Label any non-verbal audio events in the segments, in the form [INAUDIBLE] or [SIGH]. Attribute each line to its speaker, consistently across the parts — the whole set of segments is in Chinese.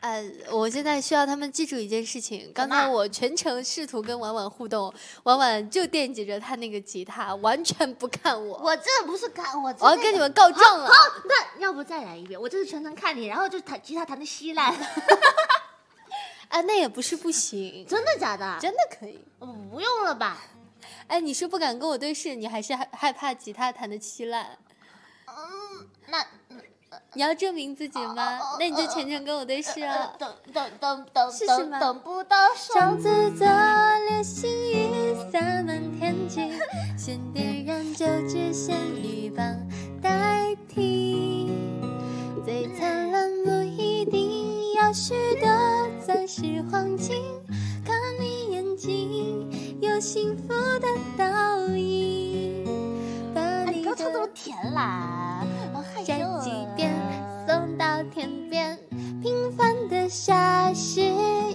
Speaker 1: 呃，我现在需要他们记住一件事情。刚才我全程试图跟婉婉互动，婉婉就惦记着她那个吉他，完全不看我。
Speaker 2: 我这不是看我，
Speaker 1: 我要跟你们告状
Speaker 2: [LAUGHS]
Speaker 1: 了。
Speaker 2: 好，那要不再来一遍？我这是全程看你，然后就弹吉他弹的
Speaker 1: [LAUGHS]
Speaker 2: 稀烂，
Speaker 1: 哎，那也不是不行，
Speaker 2: 真的假的？
Speaker 1: 真的可以。
Speaker 2: 我不用了吧？
Speaker 1: 哎，你是不敢跟我对视，你还是害害怕吉他弹的稀烂？
Speaker 2: 嗯，那
Speaker 1: 你要证明自己吗？那你就全程跟我对
Speaker 2: [LAUGHS]
Speaker 1: 视啊。
Speaker 2: 呃等等等等
Speaker 1: 试试
Speaker 2: 等
Speaker 1: 吗
Speaker 2: 等不到手，
Speaker 1: 上次做流星雨洒满天际，先点燃九支仙女棒代替。最灿烂不一定要许多钻石黄金，看你眼睛有幸福的倒影，把
Speaker 2: 哎你
Speaker 1: 你
Speaker 2: 不要唱这么
Speaker 1: 的
Speaker 2: 甜啦，好害羞
Speaker 1: 摘
Speaker 2: 啊
Speaker 1: 几遍送到天边，平凡的傻事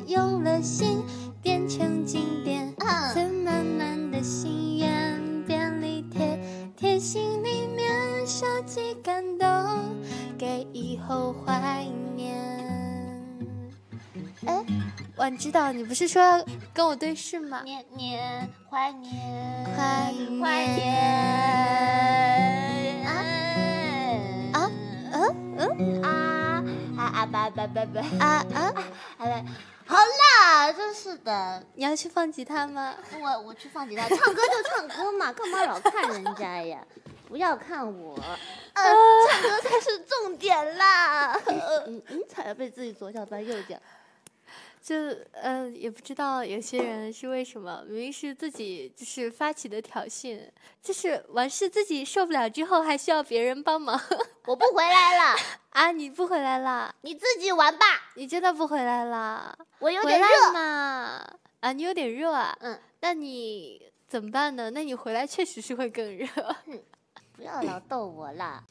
Speaker 1: 用了心变成经典。
Speaker 2: 嗯
Speaker 1: 存满满的心愿，便利贴贴心里面收集感动，给以后怀念。哎，婉知道你不是说要跟我对视吗？
Speaker 2: 年年怀念，
Speaker 1: 怀
Speaker 2: 怀
Speaker 1: 念
Speaker 2: 念啊
Speaker 1: 啊
Speaker 2: 嗯嗯啊啊啊吧吧吧吧啊
Speaker 1: 呃啊啊！
Speaker 2: 吧，哎好啦，真是的，
Speaker 1: 你要去放吉他吗？
Speaker 2: 我我去放吉他，唱歌就唱歌嘛，干嘛老看人家呀？不要看我，呃，唱歌才是重点啦， [LAUGHS] 呃嗯嗯，差点被自己左脚绊右脚。
Speaker 1: 就呃，也不知道有些人是为什么，明明是自己就是发起的挑衅，就是完事自己受不了之后，还需要别人帮忙 [LAUGHS]
Speaker 2: 我不回来了，
Speaker 1: 啊！你不回来啦？
Speaker 2: 你自己玩吧，
Speaker 1: 你真的不回来啦？
Speaker 2: 我有
Speaker 1: 回
Speaker 2: 点
Speaker 1: 来
Speaker 2: 热。
Speaker 1: 嘛？啊，你有点热啊？
Speaker 2: 嗯，
Speaker 1: 那你怎么办呢？那你回来确实是会更热。
Speaker 2: 不要老逗我啦。